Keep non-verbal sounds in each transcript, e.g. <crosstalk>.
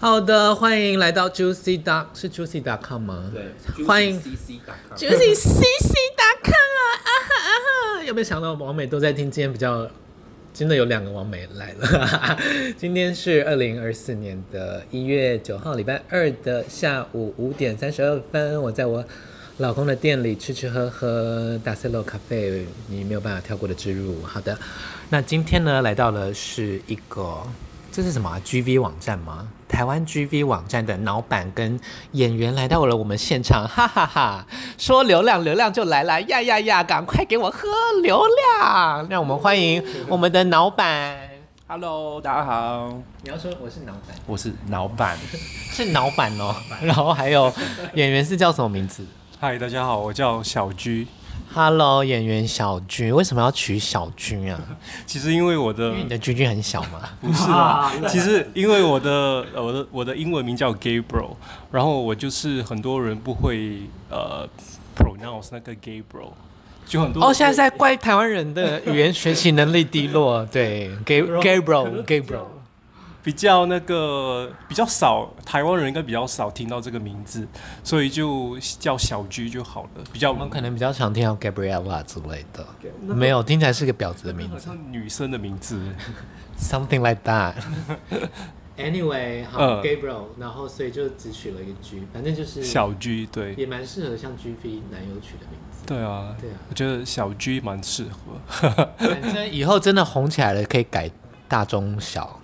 好的，欢迎来到 Juicy Doc，是 Juicy Doc com 吗？对，欢迎 cc.com。 Juicy CC Doc com 啊啊哈啊哈！有没有想到王美都在听？今天比较真的有两个王美来了。 <laughs> 今天是二零二四年的一月九号，礼拜二的下午五点三十二分，我在我老公的店里吃吃喝喝，打 C 罗咖啡，你没有办法跳过的之路。好的，那今天呢，来到了是一个。这是什么啊、GV 网站吗？台湾 GV 网站的老板跟演员来到了我们现场，哈哈哈说流量，流量就来了，呀呀呀，赶快给我喝流量！让我们欢迎我们的老板。 Hello，大家好，你要说我是老板，我是老板。是老板哦。然后还有演员是叫什么名字嗨，大家好，我叫小居。 ？Hello，演员小军，为什么要取小军啊？其实因为我的因为你的军军很小嘛。不是啦，其实因为我的呃我的我的英文名叫 Gabriel，然后我就是很多人不会呃 pronounce 那个 Gabriel，就很多哦，现在是在怪台湾人的语言学习能力低落。对，Gabriel，Gabriel。比较那个比较少台湾人应该比较少听到这个名字，所以就叫小居就好了，比较我们可能比较常听到 Gabriella 之类的，没有，听起来是个婊子的名好字像女生的名字。 ，something like that。Anyway，好、嗯 Gabriel，然后所以就只取了一个 G，反正就是小居对也蛮适合像 GV 男友取的名 <laughs> 字。对啊，对啊，我觉得小居蛮适合。反正以后真的红起来了，可以改大中小、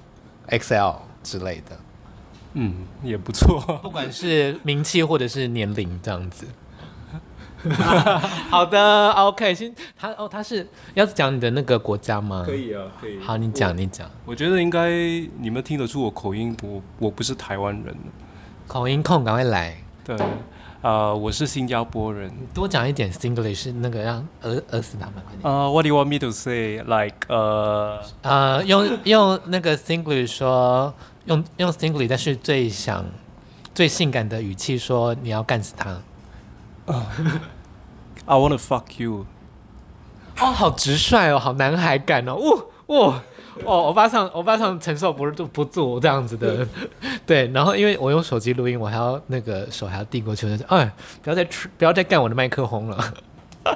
XL 之类的，嗯，也不错。不管是名气或者是年龄这样子。 <laughs> 好的，OK，先他哦，他是要讲你的那个国家吗？可。以啊，可以。好，你讲，你讲。我觉得应该你们听得出我口音，我我不是台湾人，口音控，赶快来。对，呃，我是新加坡人。多讲一点 Singlish 是那个让饿饿死他们快点。呃、w h a t do you want me to say? Like，呃、呃，用用那个 Singlish 说，用用 Singlish，但是最想最性感的语气说你要干死他。 i wanna fuck you。哦，好直率哦，好男孩感哦，哇哇哦，欧巴桑欧巴桑承受不住不住这样子的， <laughs> 对。然后因为我用手机录音，我还要那个手还要递过去，我就哎，不要再吃不要再干我的麦克风了。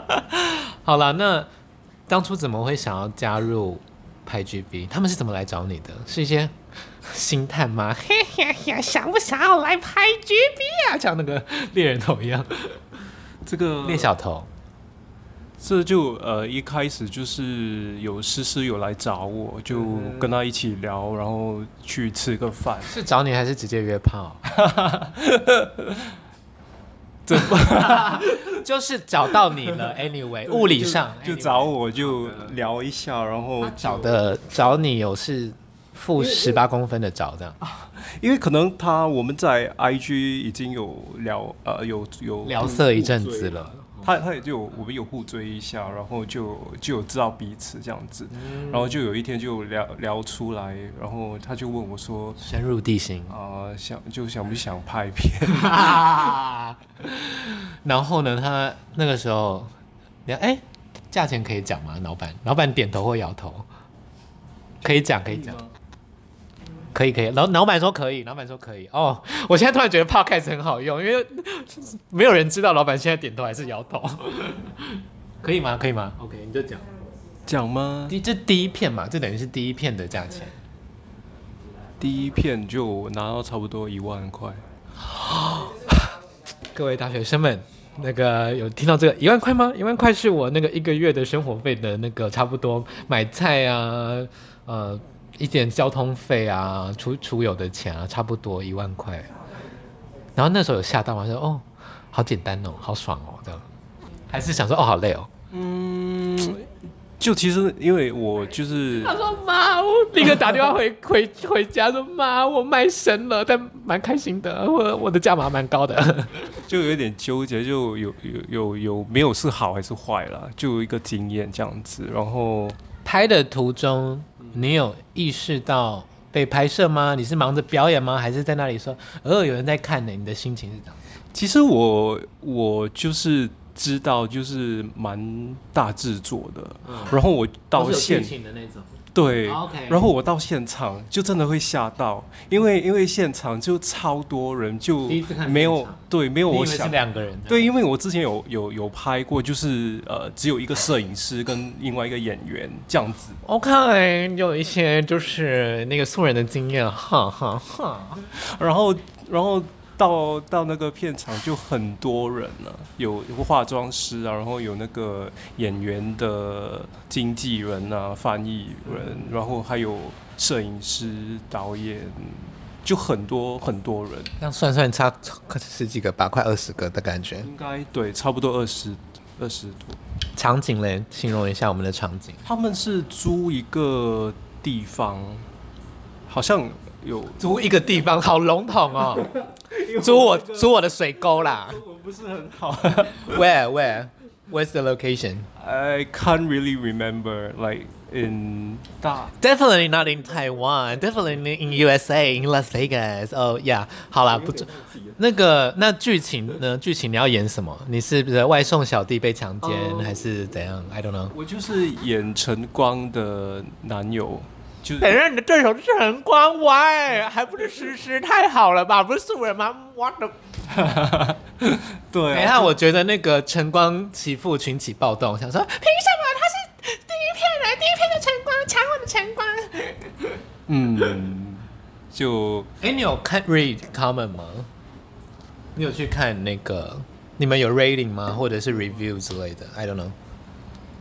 <laughs> 好了，那当初怎么会想要加入拍 GB？他们是怎么来找你的？是一些 <laughs> 星探吗？ <laughs> 嘿嘿嘿，想不想要来拍 GB 啊？像那个猎人头一样，这个猎小头。这就呃一开始就是有诗诗有来找我，就跟他一起聊，然后去吃个饭。是找你还是直接约 <laughs> 炮？这 <laughs> 就是找到你 <laughs> 了，anyway，物理上就 anyway 找我就聊一下，然后找的找你有是负十八公分的找这样啊因为可能他我们在 IG 已经有聊呃有有聊色一阵子了，他他也就有我们有互追一下，然后就就有知道彼此这样子，然后就有一天就聊聊出来，然后他就问我说，。深入地心啊、想就想不想拍片？ <laughs> <laughs> 然后呢，他那个时候，你哎，价钱可以讲吗？老板，老板点头或摇头，可以讲，可以讲。可以可以，老老板说可以，老板说可以哦。我现在突然觉得 podcast 很好用，因为没有人知道老板现在点头还是摇头， <laughs> 可以吗？可以吗？OK，你就讲。讲吗？第这第一片嘛，这等于是第一片的价钱。第一片就拿到差不多一万块，各位大学生们，那个有听到这个一万块吗？一万块是我那个一个月的生活费的那个差不多，买菜啊，呃，一点交通费啊，出出游的钱啊，差不多一万块。然后那时候有吓到吗？说哦，好简单哦，好爽哦，这样。还是想说哦，好累哦。就其实因为我就是他说妈，我立刻打电话回 <laughs> 回回家说妈，我卖身了，但蛮开心的，我我的价码蛮高的。就有点纠结，就有有有有没有是好还是坏啦，就有一个经验这样子，然后。拍的途中，你有意识到被拍摄吗？你是忙着表演吗？还是在那里说，哦，有人在看呢？你的心情是怎样？其实我我就是知道，就是蛮大制作的，然后我到嗯都是有现剧情的那种，啊对 OK 然后我到现场就真的会吓到，因为因为现场就超多人，就第一次看没有现场对没有你以我为是想两个人的，对，因为我之前有有有拍过，就是呃只有一个摄影师跟另外一个演员这样子， ，OK，有一些就是那个素人的经验，哈哈哈。然后然后到到那个片场就很多人了，有有化妆师啊，然后有那个演员的经纪人啊、翻译人，然后还有摄影师、导演，就很多很多人，这样算算差快十几个吧，快二十个的感觉。应该对，差不多二十二十多。场景嘞，形容一下我们的场景。他们是租一个地方，好像有租一个地方，好笼统 <laughs> 哦。租我租我的水沟啦。我不是很好。 <laughs> Where where where's the location? I can't really remember, like in 大 Definitely not in Taiwan. Definitely in USA, in Las Vegas. Oh yeah. 好啦，不知那个那剧情呢？剧情你要演什么？你是不是外送小弟被强奸哦还是怎样？I don't know。我就是演晨光的男友，就是哎等一下你的对手是晨光歪，还不是诗诗？太好了吧？不是素人吗？我的。对哎等一啊，下，我觉得那个晨光媳妇群起暴动，想说凭什么他是第一片人？第一片的晨光抢我的晨光。嗯，就哎、你有看 read comment 吗？你有去看那个？你们有 rating 吗？或者是 review 之类的？I don't know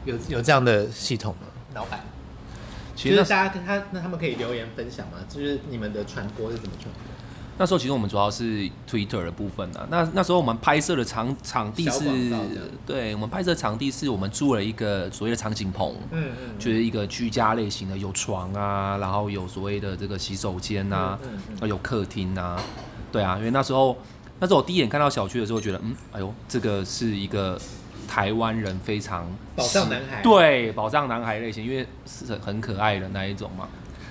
有。有这样的系统吗？老板，其实实那大家跟他那他们可以留言分享吗？就是你们的传播是怎么传播？那时候其实我们主要是 Twitter 的部分啊。那那时候我们拍摄的场场地小是广告这样，对我们拍摄场地是我们租了一个所谓的场景棚，嗯嗯就是一个居家类型的，有床啊，然后有所谓的这个洗手间啊，嗯嗯有客厅啊，对啊，因为那时候那时候我第一眼看到小区的时候，觉得嗯，哎呦，这个是一个台湾人非常宝藏男孩对宝藏男孩类型，因为是很可爱的那一种嘛。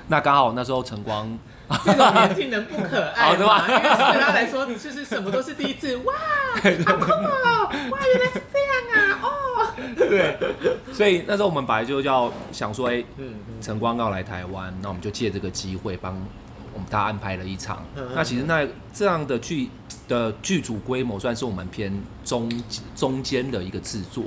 那刚好那时候晨光。这种年轻人不可爱好的吧嘛，因为对他来说，就是什么都是第一次。 <laughs> 哇，好酷哦！哇，原来是这样啊！哦，对，所以那时候我们本来就要想说，哎、嗯嗯晨光要来台湾，那我们就借这个机会帮我们大家安排了一场。嗯嗯那其实那这样的剧的剧组规模算是我们偏中中间的一个制作，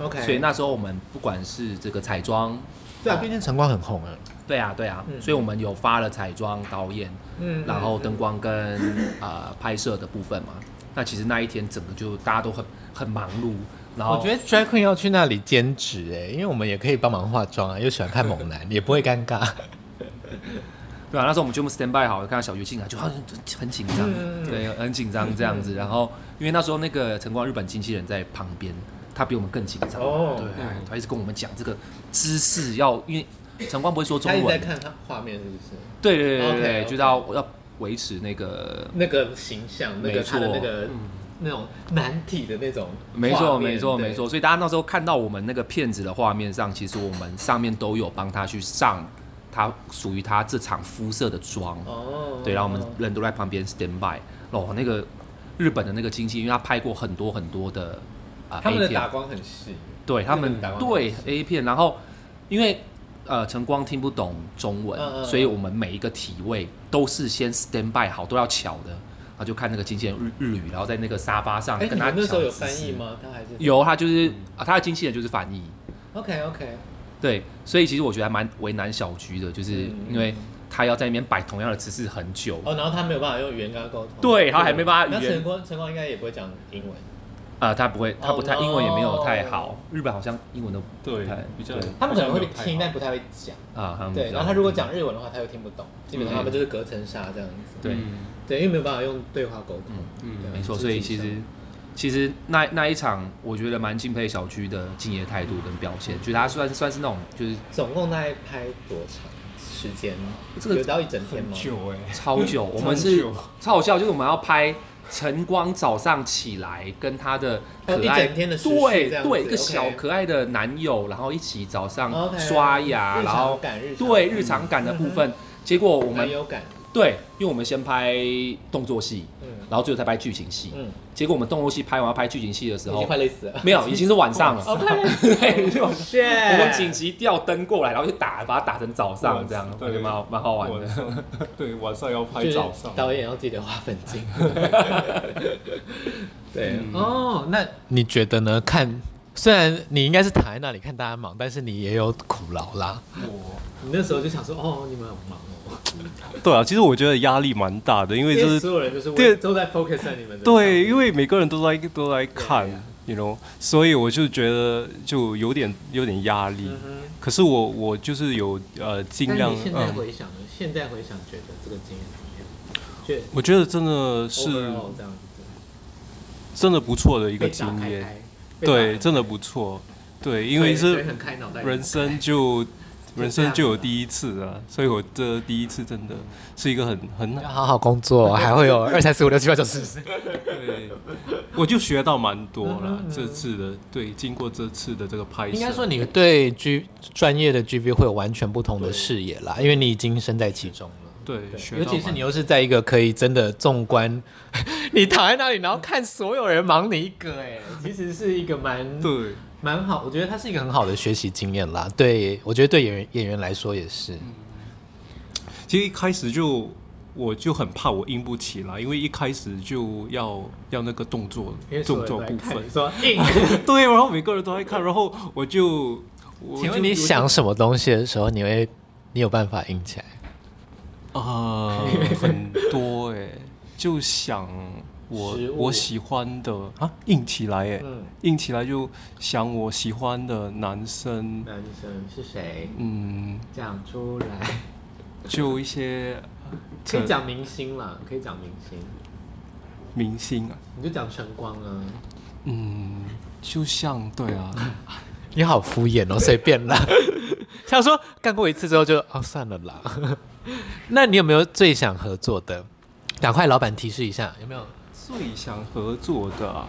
嗯，OK。所以那时候我们不管是这个彩妆，对啊，毕竟晨光很红啊。对啊对啊，嗯所以我们有发了彩妆导演，嗯然后灯光跟呃拍摄的部分嘛。那其实那一天整个就大家都很很忙碌，然后我觉得 drag queen 要去那里兼职哎、因为我们也可以帮忙化妆啊，又喜欢看猛 <laughs> 男，也不会尴尬。对啊，那时候我们全部 stand by 好了，看到小鱼进来就很很紧张，嗯对，很紧张这样子。然后因为那时候那个晨光日本经纪人在旁边，他比我们更紧张，哦对嗯，他一直跟我们讲这个姿势要，因为晨光不会说中他一直在文，看他画面是不是？对对对对 OK，OK 对，就要要维持那个。那个形象，那个没他错的那个、那种男体的那种画面，没错，没错，对没。错。所以大家那时候看到我们那个片子的画面上，其实我们上面都有帮他去上他属于他这场肤色的妆。哦，对，然后我们人都在旁边 stand by。哦，那个日本的那个经纪，因为他拍过很多很多的啊、他们 A 的打片，光很细，对他们日本打光对 A 片，然后因为呃晨光听不懂中文，嗯嗯嗯所以我们每一个体位都是先 stand by 好，都要巧的，然后就看那个经纪人日日语，然后在那个沙发上哎、跟你他们那时候瞧有姿翻势译？吗？他还是有，他就是啊，他的经纪人就是翻译。 OK OK，对，所以其实我觉得还蛮为难小菊的，就是嗯因为他要在那边摆同样的姿势很久，哦，然后他没有办法用语言跟他沟通，对他还没办法那语言晨光晨光应该也不会讲英文，啊，他不会，他不太、 Oh no 英文也没有太好，日本好像英文都不对太比较对他们可能会好像没有太听，好但不太会讲。啊，他们对，比较然后他如果讲日文的话，他又听不懂，基嗯本上他们就是隔层纱这样子。对、对，因为没有办法用对话沟通。嗯对没错，所以其实其实那那一场我觉得蛮敬佩小区的敬业态度跟表现，觉得他算算是那种就是总共大概拍多长时间？这个有到一整天很吗？久哎、超 <laughs> 久，我们超是久超好笑，就是我们要拍晨光早上起来跟他的哦可一爱整天的时序对这样子对一个 OK 小可爱的男友，然后一起早上 OK，刷牙，日啊然常后感日常嗯哎对日常感的部分，结果我我们有感，对，因为我们先拍动作戏，嗯然后最后才拍剧情戏。嗯，结果我们动作戏拍完要拍剧情戏的时已候经，快累死了。没有，已经是晚上哦，了。快累死了！ <laughs> 对，就晚上谢。我们紧急吊灯过来，然后就打，把它打成早上这样，我对觉得蛮好蛮好玩的。 <laughs> 上对晚上要拍就是早上，导演要记得花粉精。对、嗯哦，那你觉得呢？看，虽然你应该是躺在那里看大家忙，但是你也有苦劳啦。我你那时候就想说，哦，你们很忙哦，对啊，其实我觉得压力蛮大的，因为因就为是所有人就是为对都在 focus 在你们的对，上因为每个人都在都在看对啊，you know，所以我就觉得就有点有点压力。嗯哼可是我我就是有呃尽但量你现在嗯，回想呢，现在回想觉得这个经验怎么样？觉得我觉得真的是 overall 这样子，真的不错的一一个经验，，被打开对，真的不错，对，因为所以是所以很开脑袋，人生就就人这生样就有子第一次啊，所以我这第一次真的是一个很很要好好工作，还 <laughs> 会有二三四五六七八九十。对，我就学到蛮多了嗯哼。这次的对，经过这次的这个拍摄，应该说你对 G 专业的 GV 会有完全不同的视野啦，因为你已经身在其中了。对，学尤到其是蛮你又是在一个可以真的纵观， <laughs> 你躺在那里，然后看所有人忙你一个、哎，其实是一个蛮对，蛮好，我觉得它是一个很好的学习经验啦。对，我觉得对演员演员来说也是。其实一开始就我就很怕我硬不起来，因为一开始就要要那个动作嗯因为所有动人作部都在看 <laughs> 分你，说硬，对，然后每个人都在看，然后我就，我请问就你想什么东西的时候，你会你有办法硬起来？啊、很多 <laughs> 哎、就想我食物我喜欢的啊，硬起来哎、嗯，硬起来就想我喜欢的男生，男生是谁？嗯，讲出来，就一些可以这讲明星啦，可以讲明星，明星啊，你就讲晨光啊，嗯，就像对 <laughs> 啊，你好敷衍哦， <laughs> 随便啦。想说干过一次之后就哦算了啦。 <laughs> 那你有没有最想合作的？赶快老板提示一下，有没有？最想合作的、啊，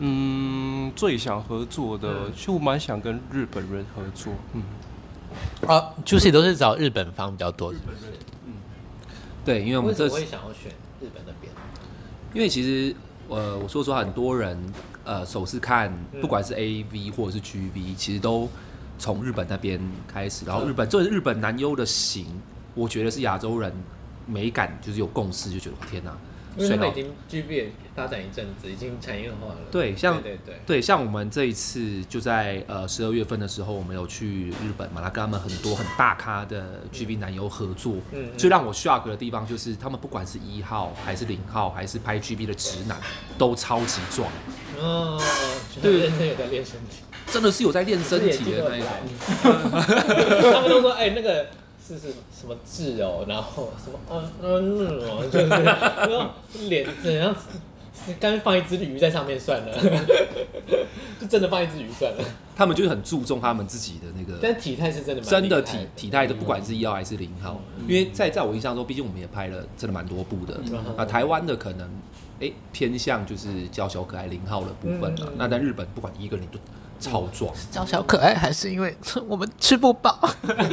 嗯，最想合作嗯的、就蛮想跟日本人合作，嗯，啊，就是都是找日本方比较多。对，因为我们这为什么会想要选日本那边？因为其实呃，我说实话，很多人呃首次看，嗯不管是 A V 或者是 G V，其实都从日本那边开始，然后日嗯本就是日本男优的型，我觉得是亚洲人美感就是有共识，就觉得哇天哪、因为他帅们到已经 G B 发展一阵子，已经产业化了。对像对对对，像我们这一次就在呃十二月份的时候，我们有去日本嘛，那跟他们很多很大咖的 GV 男优合作。嗯嗯最让我 shock 的地方就是，他们不管是一号还是零号，还是拍 GV 的直男，都超级壮，对，哦，对认真有在练身体，真的是有在练身体的那一种。种。他们都说，哎，那个是是什么痣哦，然后什么嗯嗯嗯哦，就是然后脸怎样，干脆放一只鱼在上面算了，就真的放一只鱼算了。他们就是很注重他们自己的那个但体态是真的蛮真的厉体害体态的，不管是一号还是零号，因为在在我印象中，毕竟我们也拍了真的蛮多部的嗯。那台湾的可能诶偏向就是娇小可爱零号的部分嗯了嗯。那在日本，不管一个人就超壮，娇小可爱，还是因为我们吃不饱？ <laughs>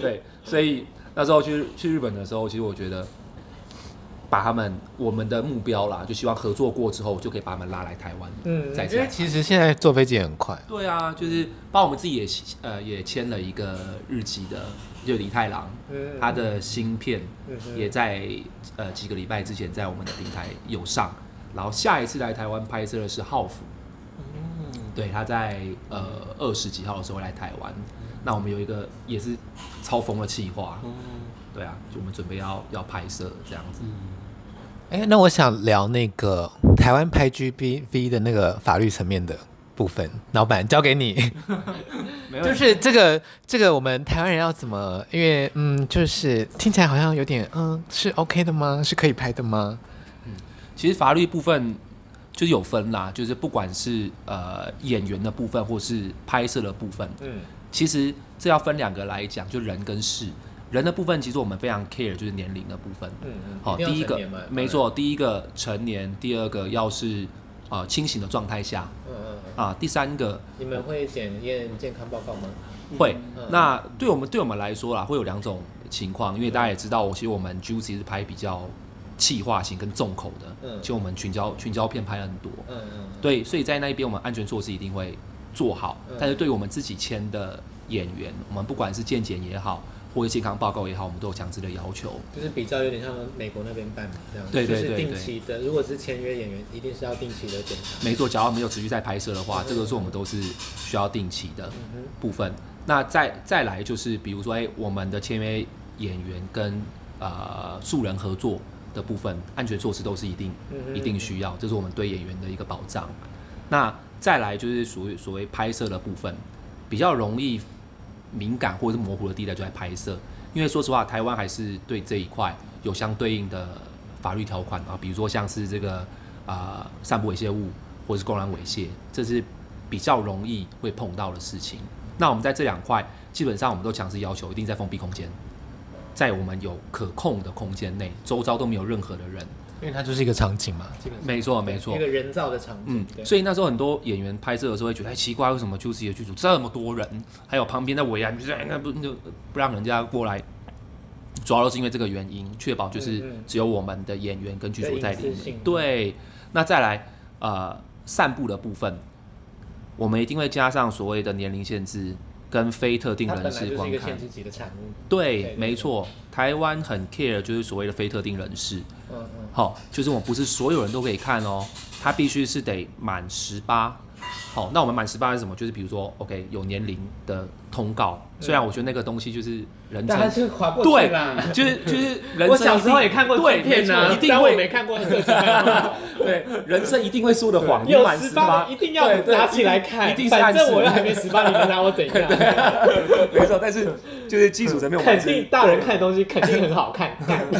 对，所以那时候去去日本的时候，其实我觉得。把他们我们的目标啦，就希望合作过之后，就可以把他们拉来台湾，嗯再因这为样。其实现在坐飞机也很快，对啊，就是包括我们自己也呃也签了一个日籍的，就李太郎，嗯他的新片嗯哼也在呃几个礼拜之前在我们的平台有上，然后下一次来台湾拍摄的是浩福，对，他在呃二十几号的时候来台湾，那我们有一个也是超疯的企划，对啊，就我们准备要要拍摄这样子，哎、那我想聊那个台湾拍 GBV 的那个法律层面的部分，老板交给你。没 <laughs> 有就是这个这个我们台湾人要怎么？因为嗯，就是听起来好像有点嗯，是 OK 的吗？是可以拍的吗？其实法律部分就是有分啦，就是不管是呃演员的部分或是拍摄的部分，嗯其实这要分两个来讲，就人跟事。人的部分其实我们非常 care 就是年龄的部分。嗯嗯，好、定要第一成个年嘛没，错，第一个成年，第二个要是呃清醒的状态下当然嗯嗯嗯。啊，第三个你们会检验健康报告吗？会。嗯那对我们对我们来说啦，会有两种情况，因为大家也知道，我其实我们 Juicy 是拍比较气化型跟重口的，嗯其实我们群交群交片拍很多，嗯嗯，对，所以在那一边我们安全措施一定会做好嗯，但是对于我们自己签的演员，我们不管是健检也好，或者健康报告也好，我们都有强制的要求。就是比较有点像美国那边办的这样，对对就是对定对期的，如果是签约演员，一定是要定期的检查。没错，只要没有持续在拍摄的话嗯，这个是我们都是需要定期的嗯哼，部分。那再再来就是，比如说，哎、我们的签约演员跟呃素人合作的部分，安全措施都是一定嗯哼一定需要，这是我们对演员的一个保障。那再来就是属于所谓拍摄的部分，比较容易敏感或者是模糊的地带就在拍摄，因为说实话，台湾还是对这一块有相对应的法律条款啊，比如说像是这个啊、呃散布猥亵物或者是公然猥亵，这是比较容易会碰到的事情。那我们在这两块，基本上我们都强制要求一定在封闭空间，在我们有可控的空间内，周遭都没有任何的人。因为它就是一个场景嘛。基本上没错，没错一个。人造的场景嗯，，对所以那时候很多演员拍摄的时候会觉得，哎，奇怪，为什么 Juicy 的剧组这么多人，还有旁边的围栏，就是哎，那不就不让人家过来，主要都是因为这个原因，确保就是嗯嗯只有我们的演员跟剧组在里有隐私性面。对，那再来呃，散步的部分，我们一定会加上所谓的年龄限制跟非特定它人本来士就是观一个看限。制级的产物。对对，对没错，台湾很 care 就是所谓的非特定人士。嗯嗯，好、就是我们不是所有人都可以看哦，他必须是得满十八。好，那我们满十八是什么？就是比如说，OK，有年龄的通告。虽然我觉得那个东西就是人但还生，是划过去啦对，。就是 <laughs> 就是人生一定。我小时候也看过对这片没啊，错一定但我没 <laughs> 会看过色情漫 <laughs> 画。对人生一定会说的谎。你有满十八八一定要对对拿起来看，一定是反暗示正我又 <laughs> 还没啊十八，你能拿我怎样？没错，但是就是基础层面我们肯还是定大人看的东西肯定很好看，干 <laughs>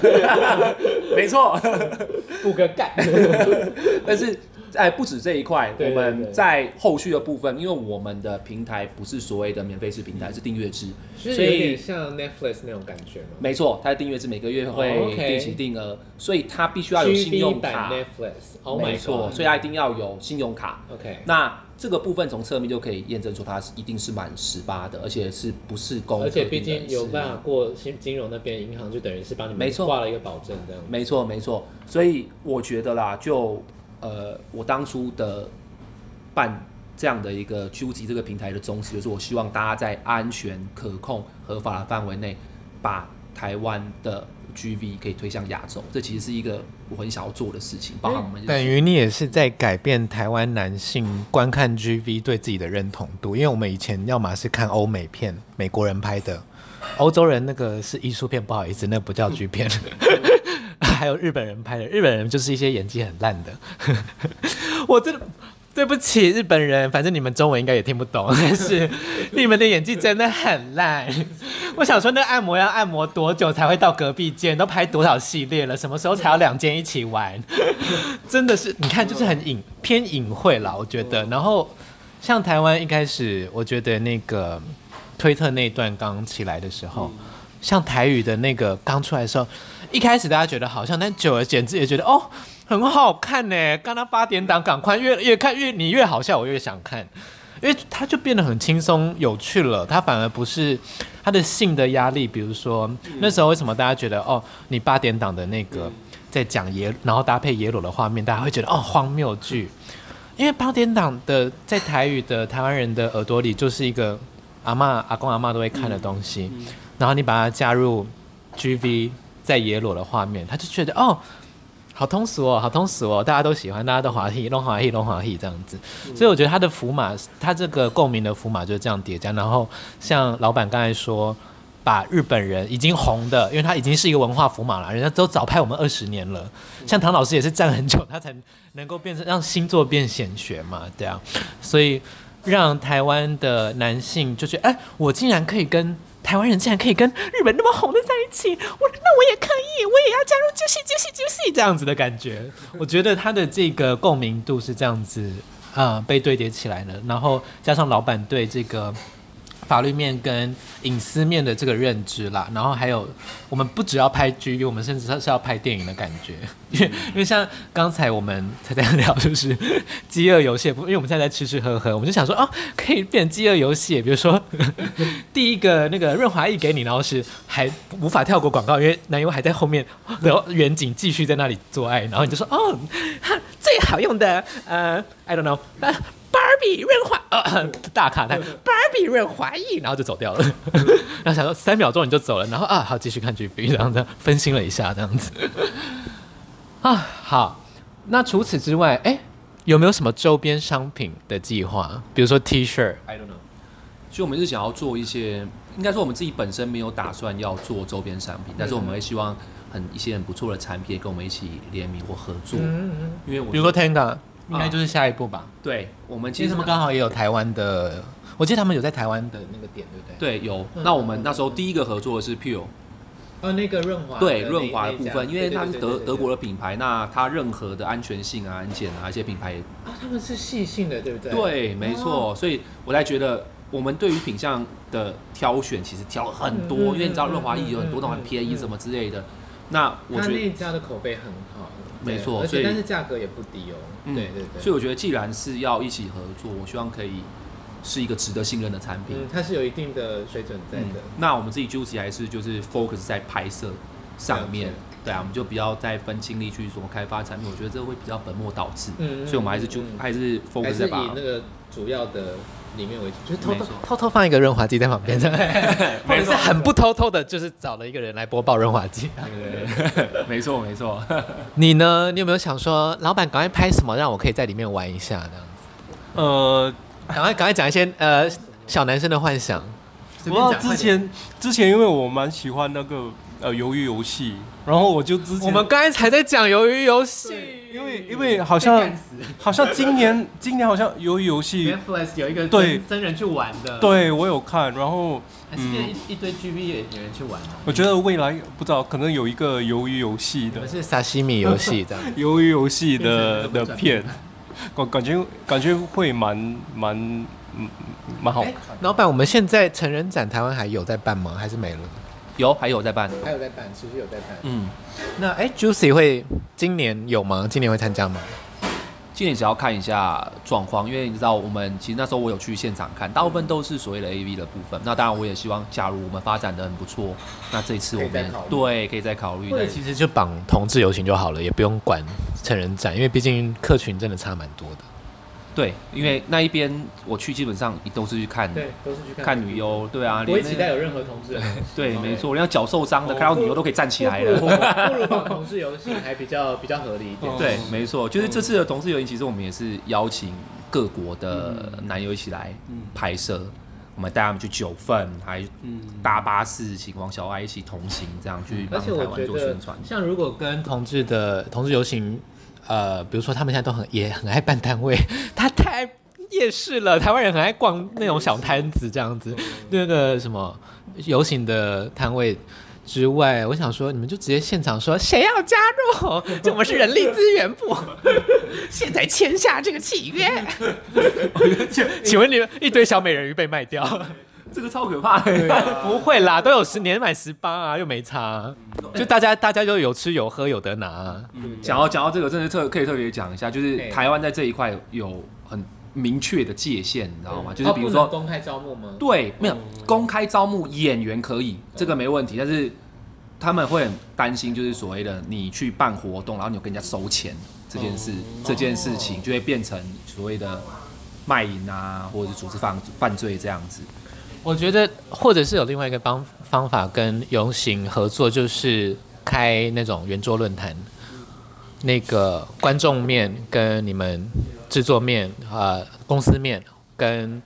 没错。补个干。但是哎，不止这一块，对对我们在后续的部分，因为我们的平台不是所谓的免费式嗯平台，是订阅制，就所是有点以像 Netflix 那种感觉吗？没错，它的订阅制每个月哦会，OK 定期定额，所以它必须要有信 GB 用版卡， Netflix，Oh 没 my 错，所 god，OK，以它一定要有信用卡。那这个部分从侧面就可以验证出它是一定是满十八的，而且是不是公？而且毕竟有办法。过金金融那边银行，就等于是帮你们没错挂了一个保证这样。没错，没错。所以我觉得啦，就呃，我当初的办这样的一个 q 集这个平台的宗旨，就是我希望大家在安全、可控、合法的范围内，把台湾的 GV 可以推向亚洲。这其实是一个我很想要做的事情，包含我们等于你也是在改变台湾男性观看 GV 对自己的认同度，因为我们以前要么是看欧美片，美国人拍的，欧洲人那个是艺术片，不好意思，那不叫 G 片。还有日本人拍的，日本人就是一些演技很烂的。 <laughs> 我真的对不起日本人，反正你们中文应该也听不懂， <laughs> 但是你们的演技真的很烂。我想说，那个按摩要按摩多久才会到隔壁间？都拍多少系列了？什么时候才要两间一起玩？真的是，你看，就是很隐偏隐晦啦，我觉得。然后像台湾一开始，我觉得那个推特那一段刚起来的时候，像台语的那个刚出来的时候，一开始大家觉得好像，但久而久之也觉得哦。很好看呢，刚刚八点档，赶快越越看越你越好笑，我越想看，因为它就变得很轻松有趣了，它反而不是它的性的压力，比如说那时候为什么大家觉得哦，你八点档的那个在讲耶，然后搭配耶鲁的画面，大家会觉得哦荒谬剧，因为八点档的在台语的台湾人的耳朵里就是一个阿嬷、阿公阿嬷都会看的东西，然后你把它加入 GV 在耶鲁的画面，他就觉得哦。好通俗哦，好通俗哦，大家都喜欢，大家都滑稽，弄滑稽，弄滑稽这样子。所以我觉得它的符码，它这个共鸣的符码就是这样叠加。然后像老板刚才说，把日本人已经红的，因为他已经是一个文化符码了，人家都早拍我们二十年了。像唐老师也是站很久，他才能够变成让星座变显学嘛，对啊。所以让台湾的男性就觉得，哎、我竟然可以跟台湾人竟然可以跟日本那么红的在一起，我那我也可以，我也要加入 juicy juicy juicy 这样子的感觉。我觉得他的这个共鸣啊度是这样子，呃，被堆叠起来的，然后加上老板对这个法律面跟隐私面的这个认知啦，然后还有我们不只要拍 GV，我们甚至是要拍电影的感觉，因为因为像刚才我们才在聊，就是饥饿游戏，不，因为我们现在在吃吃喝喝，我们就想说哦，可以变饥饿游戏，比如说 <laughs> 第一个那个润滑液给你，然后是还无法跳过广告，因为男优还在后面的远景继续在那里做爱，然后你就说哦，哈最好用的呃，I don't know，呃芭比润滑呃大卡带芭比润滑液，然后就走掉了， <laughs> 然后想说三秒钟你就走了，然后啊好继续看 G B，然后这样分心了一下这样子啊好，那除此之外，哎、有没有什么周边商品的计划？比如说 T 恤， I don't know。所以我们是想要做一些，应该说我们自己本身没有打算要做周边商嗯品，但是我们会希望很一些很不错的产品跟我们一起联名或合作，嗯，因为我比如说 Tenga，应啊该就是下一步吧。对我们其其实实他们刚好也有台湾的，我记得他们有在台湾的那个点，对不对？对有，嗯那我们那时候第一个合作的是 Pure，哦，那个润滑对呃润滑的部分，因为它它是德德国的品牌，那它任何的安全性啊、安检啊一些品牌也啊，他们是细性的，对不对？嗯对，没错，所以我才觉得我们对于品相的挑选其实挑了很多，嗯嗯因为你知道润滑液有很嗯多嗯那种很便宜什么之类的。那我他觉那得，一家的口碑很好，对没错而所且以但是价格也不低哦。嗯对对对，所以我觉得既然是要一起合作，我希望可以是一个值得信任的产品。嗯，它是有一定的水准在嗯的。那我们自己 Juicy 还是就是 focus 在拍摄上面了解，对啊，我们就不要再分精力去什么开发产品，我觉得这会比较本末倒置。嗯嗯所以我们还是就嗯嗯还是还 focus 是在以把那个主要的里面为主，就是偷没偷错偷偷放一个润滑剂在旁边，或者是很不偷偷的，就是找了一个人来播报润滑剂。对 <laughs> 没错没错。你呢？你有没有想说，老板赶快拍什么，让我可以在里面玩一下？这样子，呃，赶快赶快讲一些呃小男生的幻想。我不知道之前之前，因为我蛮喜欢那个呃鱿鱼游戏，然后我就之前我们刚才才在讲鱿鱼游戏，因为因为好像好像今年今年好像鱿鱼游戏， Netflix 有一个对真真人去玩的，，对我有看，然后嗯还是变一一堆 GB 也有人去玩哦的。我觉得未来不知道可能有一个鱿鱼游戏我的们是沙西米游戏 <laughs> 这样。鱿鱼游戏的变成那的个片，感感觉感觉会蛮蛮嗯蛮好哎，老板，我们现在成人展台湾还有在办吗？还是没了？有还有在办，还有在办，其实有在办。嗯，那哎，Juicy 会今年有吗？今年会参加吗？今年只要看一下状况，因为你知道我们其实那时候我有去现场看，大部分都是所谓的 AV 的部分。那当然我也希望，假如我们发展的很不错，那这一次我们可以也再考虑对可以再考虑。或者再其实就绑同志游行就好了，也不用管成人展，因为毕竟客群真的差蛮多的。对，因为那一边我去基本上都是去看对，都是去看女优，对啊，不会连那期待有任何同志的东西。对，没哦，错，人家脚受伤的看到女优都可以站 <laughs> 起来不了。如 <laughs> 不如搞同志游戏还比较比较合理一点。对，没错，就是这次的同事游行，其实我们也是邀请各国的嗯男友一起来拍摄，我们带他们去九份，嗯还搭巴士请王小爱一起同行，这样去嗯而帮且台我湾觉做得宣传，。像如果跟同志的同志游行，呃，比如说他们现在都很也很爱办摊位，他太夜市了，台湾人很爱逛那种小摊子这样子，那个什么游行的摊位。之外，我想说，你们就直接现场说谁要加入，这我们是人力资源部，现在签下这个契 <laughs> 约。请请问你们一堆小美人鱼被卖掉？这个超可怕的。 <laughs> 不会啦，都有十年满十八啊，又没差啊、就大家大家都有吃有喝有得拿、啊。 <laughs> 讲到讲到这个，真的特可以特别讲一下，就是对台湾在这一块有很明确的界限，你知道吗？就是哦比如不说能公开招募吗？对，没有公开招募演员可以，这个没问题，但是他们会很担心，就是所谓的你去办活动，然后你有跟人家收钱这件事，这件事情就会变成所谓的卖淫啊，或者是组织犯犯罪这样子。我觉得，或者是有另外一个方方法跟游行合作，就是开那种圆桌论坛，那个观众面跟你们制作面、呃公司面跟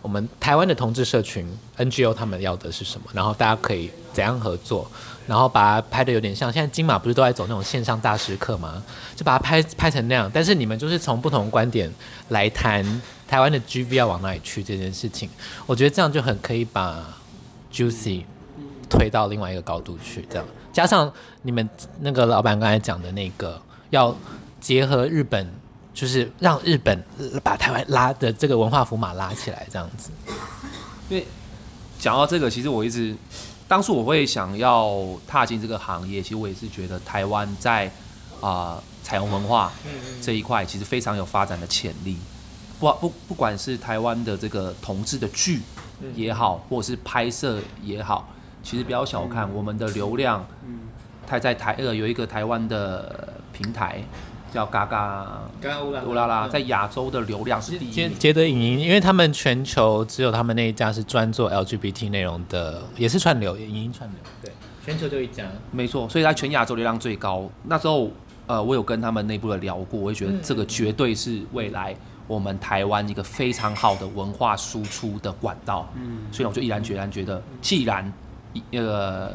我们台湾的同志社群 NGO 他们要的是什么，然后大家可以怎样合作，然后把它拍的有点像现在金马不是都在走那种线上大师课吗？就把它拍拍成那样，但是你们就是从不同观点来谈台湾的 GV 要往哪里去这件事情，我觉得这样就很可以把 Juicy 推到另外一个高度去，这样加上你们那个老板刚才讲的那个，要结合日本，就是让日本呃把台湾拉的这个文化符码拉起来，这样子。因为讲到这个，其实我一直当初我会想要踏进这个行业，其实我也是觉得台湾在啊、彩虹文化这一块其实非常有发展的潜力。不不，不管是台湾的这个同志的剧也好，或者是拍摄也好，其实不要小看我们的流量。它在台呃有一个台湾的平台叫嘎嘎刚刚乌拉乌拉嗯拉，在亚洲的流量是第一捷名。捷德影音，因为他们全球只有他们那一家是专做 LGBT 内容的，也是串流影音串流。对全球就一家，没错，所以它全亚洲流量最高。那时候，呃，我有跟他们内部的聊过，我也觉得这个绝对是未来我们台湾一个非常好的文化输出的管道。嗯，所以我就毅然决然觉得，既然呃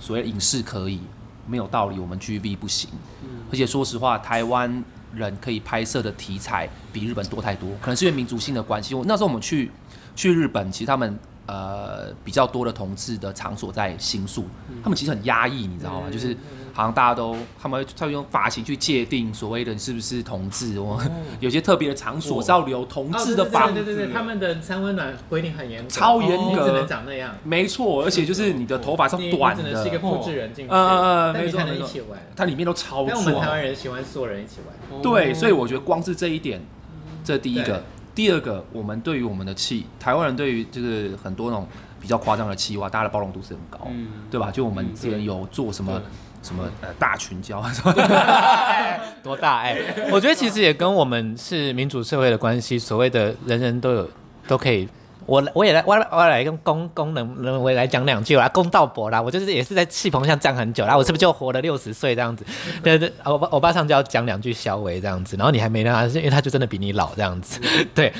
所谓影视可以，没有道理我们 GV 不行。嗯而且说实话，台湾人可以拍摄的题材比日本多太多，可能是因为民族性的关系。我那时候我们去去日本，其实他们呃比较多的同志的场所在新宿，嗯他们其实很压抑，你知道吗？就是好像大家都他们会他们用发型去界定所谓的你是不是同志，我 <laughs> 有些特别的场所是要留同志的发哦对对对对对，他们的三温暖规定很严格，哦超严你格只能长那样，没错，而且就是你的头发是哦你要你短只能的是一，个复制人进去，呃但没你错才能没一错起玩。它里面都超但我们台爽。湾人喜欢所有人一起玩，啊对，哦所以我觉得光是这一点，这第一对个，第二个，我们对于我们的气，台湾人对于就是很多那种比较夸张的气话，大家的包容度是很高，对吧？就我们之前有做什么。什么呃大群交， <laughs> 多大爱、我觉得其实也跟我们是民主社会的关系，所谓的人人都有都可以。我我也来，我来我来跟功功能人为来讲两句，我来公道博啦。我就是也是在气棚上站很久啦，我是不是就活了六十岁这样子？对对，我爸我爸上就要讲两句小伟这样子，然后你还没让他，因为他就真的比你老这样子。对，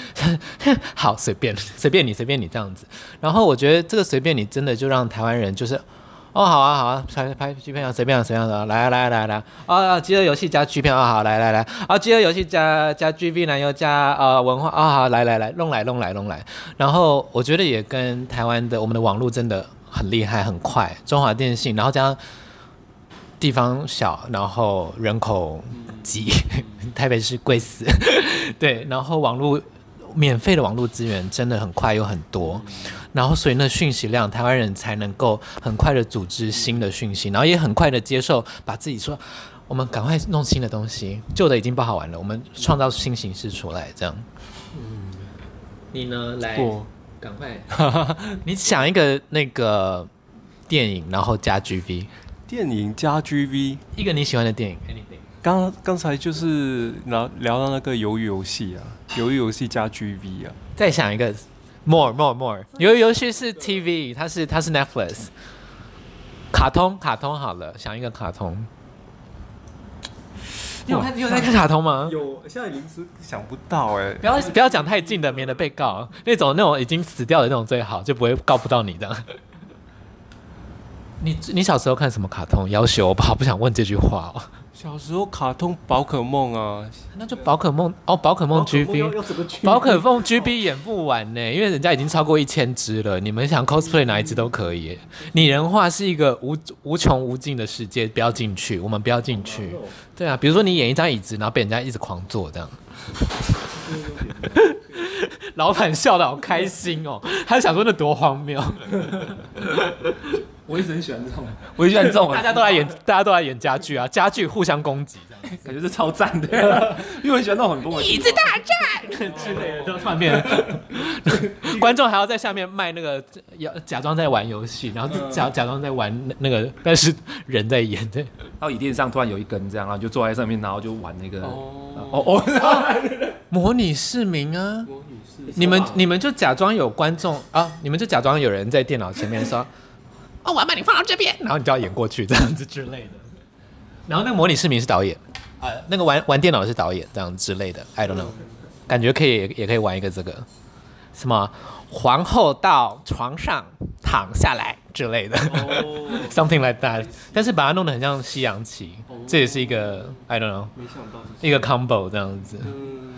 <laughs> 好随便随便你随便你这样子。然后我觉得这个随便你真的就让台湾人就是哦，好啊，好啊，拍拍剧片啊，随便啊，随便啊，来啊，来啊，来啊，来啊，啊啊，饥饿游戏加剧片啊，好，来来来，啊，饥饿游戏加加 G V 男优加呃文化啊，好，来来来，弄来弄来弄来，然后我觉得也跟台湾的我们的网络真的很厉害，很快，中华电信，然后加上地方小，然后人口挤， <laughs> 台北市贵死， <laughs> 对，然后网络免费的网络资源真的很快又很多，然后所以那讯息量，台湾人才能够很快的组织新的讯息，然后也很快的接受，把自己说我们赶快弄新的东西，旧的已经不好玩了，我们创造新形式出来，这样。你呢？来，我赶快， <laughs> 你想一个那个电影，然后加 GV，电影加 GV，一个你喜欢的电影， anything，刚刚才就是聊聊到那个鱿鱼游戏啊，鱿鱼游戏加 GV 啊，再想一个 more more more。由于游戏是 TV，它是它是 Netflix。卡通，卡通好了，想一个卡通。你有看你有在看卡通吗？有，现在临时想不到哎、不要不要讲太近的，免得被告。那种那种已经死掉的那种最好，就不会告不到你 <laughs> 的。你你小时候看什么卡通？要求我好不想问这句话哦。小时候卡通宝可梦啊，那就宝可梦哦，宝可梦 GB，宝可梦 GB 演不完呢，因为人家已经超过一千只了。你们想 cosplay 哪一只都可以耶。拟人化是一个无无穷无尽的世界，不要进去，我们不要进去。对啊，比如说你演一张椅子，然后被人家一直狂坐这样。老板笑得好开心哦，他想说那多荒谬，我一直很喜欢这种，我也喜欢这种，大家都来演，大家都来演家具啊，家具互相攻击这样，感觉是超赞的，因为我很喜欢那种很崩的。椅子大战之类的，就突然 <laughs> 变成，观众还要在下面卖那个，要假装在玩游戏，然后就假假装在玩那那个，但是人在演对。然后椅垫上突然有一根这样，然后就坐在上面，然后就玩那个哦，哦哦，模拟市民啊，魔女是你们你们就假装有观众啊，你们就假装有人在电脑前面说， <laughs> 哦，我要把你放到这边，然后你就要演过去这样子之类的。然后那个模拟市民是导演，啊、那个玩玩电脑的是导演这样之类的，I don't know，感觉可以也可以玩一个这个什么皇后到床上躺下来之类的、s <laughs> o m e t h i n g like that，但是把它弄得很像西洋棋，这也是一个 I don't know 哦没想到是，一个 combo 这样子。嗯，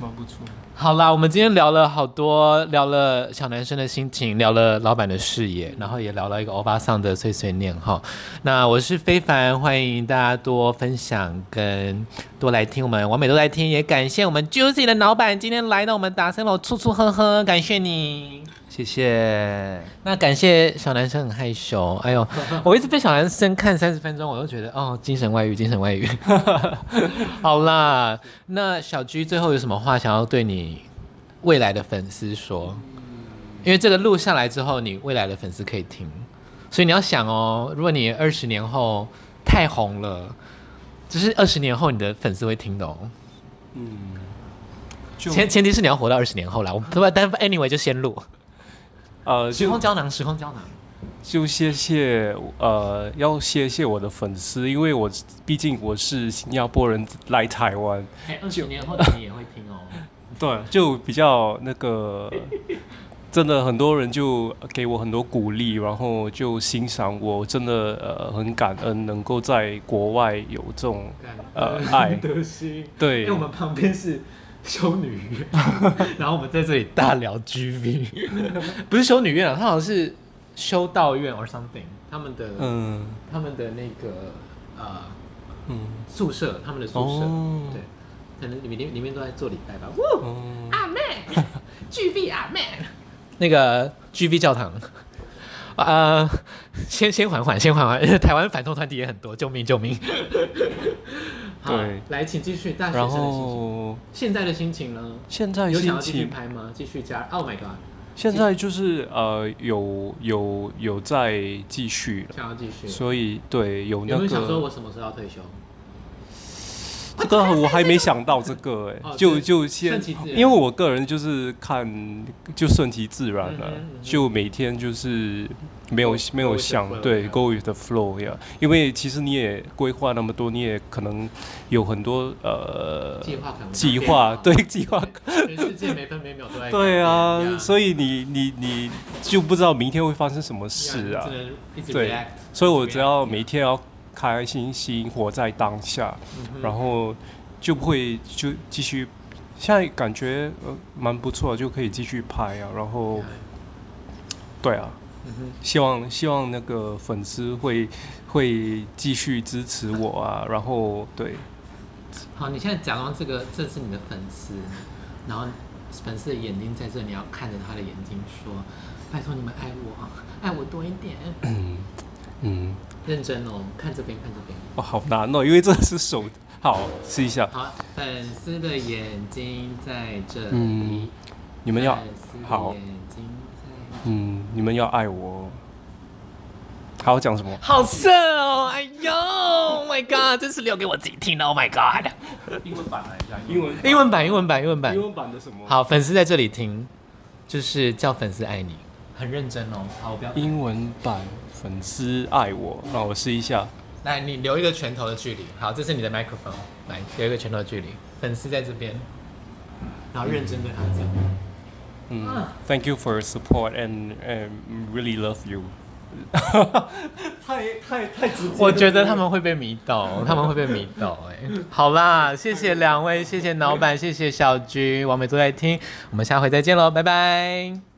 蛮不错。好啦，我们今天聊了好多，聊了小男生的心情，聊了老板的视野，然后也聊了一个欧巴桑的碎碎念哈。那我是非凡，欢迎大家多分享跟多来听我们完美都来听，也感谢我们 Juicy 的老板今天来到我们达森楼，醋醋喝喝，感谢你。谢谢。那感谢小男生很害羞，哎 <laughs> 呦，我一直被小男生看三十分钟，我都觉得哦，精神外遇，精神外遇。 <laughs> 好啦，那小居最后有什么话想要对你未来的粉丝说？因为这个录下来之后，你未来的粉丝可以听，所以你要想哦，如果你二十年后太红了，只是二十年后你的粉丝会听的哦。嗯，就前前提是你要活到二十年后啦，我不不，但 anyway 就先录。呃，时就空胶囊，时空胶囊。就谢谢呃，要谢谢我的粉丝，因为我毕竟我是新加坡人来台湾，哎二十年后的你也会听哦。对，就比较那个，真的很多人就给我很多鼓励，然后就欣赏我，真的呃很感恩能够在国外有这种呃爱，德西，因对为我，们旁边是修女院，然后我们在这里大聊 GV，不是修女院啊，它好像是修道院 or something。他们的、嗯他们的那个呃嗯宿舍，他们的宿舍，哦对，可能里面里面都在做礼拜吧。哇，嗯，阿妹，巨臂阿妹， <laughs> 那个 GV 教堂，呃，先先缓缓，先缓缓， <laughs> 台湾反动团体也很多，救命救命！ <laughs> 好对，来，请继续大学然生的心情。后现在的心情呢？现在有想心要继续情拍吗？继续加？Oh my god，现在就是呃有有有在继续了。想要继续。所以对有有那没个有想说我什么时候要退休？这个我还没想到这个哎、哦就对就顺先其自，然因为我个人就是看就顺其自然了、嗯哼嗯哼就每天就是没有 Go- 没有 go with the 想 flow 对呀 go with the flow 呀、因为其实你也规划那么多，你也可能有很多呃计划可能计划，对计划，全世界每分每秒都在改变。对啊，以所以你你你就不知道明天会发生什么事啊只，能一直对 react。所以我只要每天要开开心心活在当下，嗯然后就不会就继续。现在感觉呃蛮不错，就可以继续拍啊。然后对啊，嗯希望希望那个粉丝会会继续支持我啊。然后对，好，你现在假装这个这是你的粉丝，然后粉丝的眼睛在这，你要看着他的眼睛说：“拜托你们爱我，爱我多一 <laughs> 点。嗯，”认真哦，看这边，看这边。哦好难哦，因为这是手。好，试一下。好，粉丝的眼睛在这里，嗯你们要粉丝的好眼睛在这里嗯，你们要爱我哦。好，讲什么？好色哦，哎呦，Oh my god，真是留给我自己听的，Oh my god。英文版来一下，英文英文版，英文版，英文版英。文版的什么？好，粉丝在这里听，就是叫粉丝爱你，很认真哦。好，我不要英文版粉丝爱我，那我试一下。来，你留一个拳头的距离。好，这是你的麦克风，来留一个拳头的距离。粉丝在这边，然后认真对他讲。嗯，Thank you for your support and and really love you 太。太太直接我觉得他们会被迷倒，他们会被迷倒、哎，好啦，谢谢两位，谢谢老板，谢谢小菊，王美都在听，我们下回再见喽，拜拜。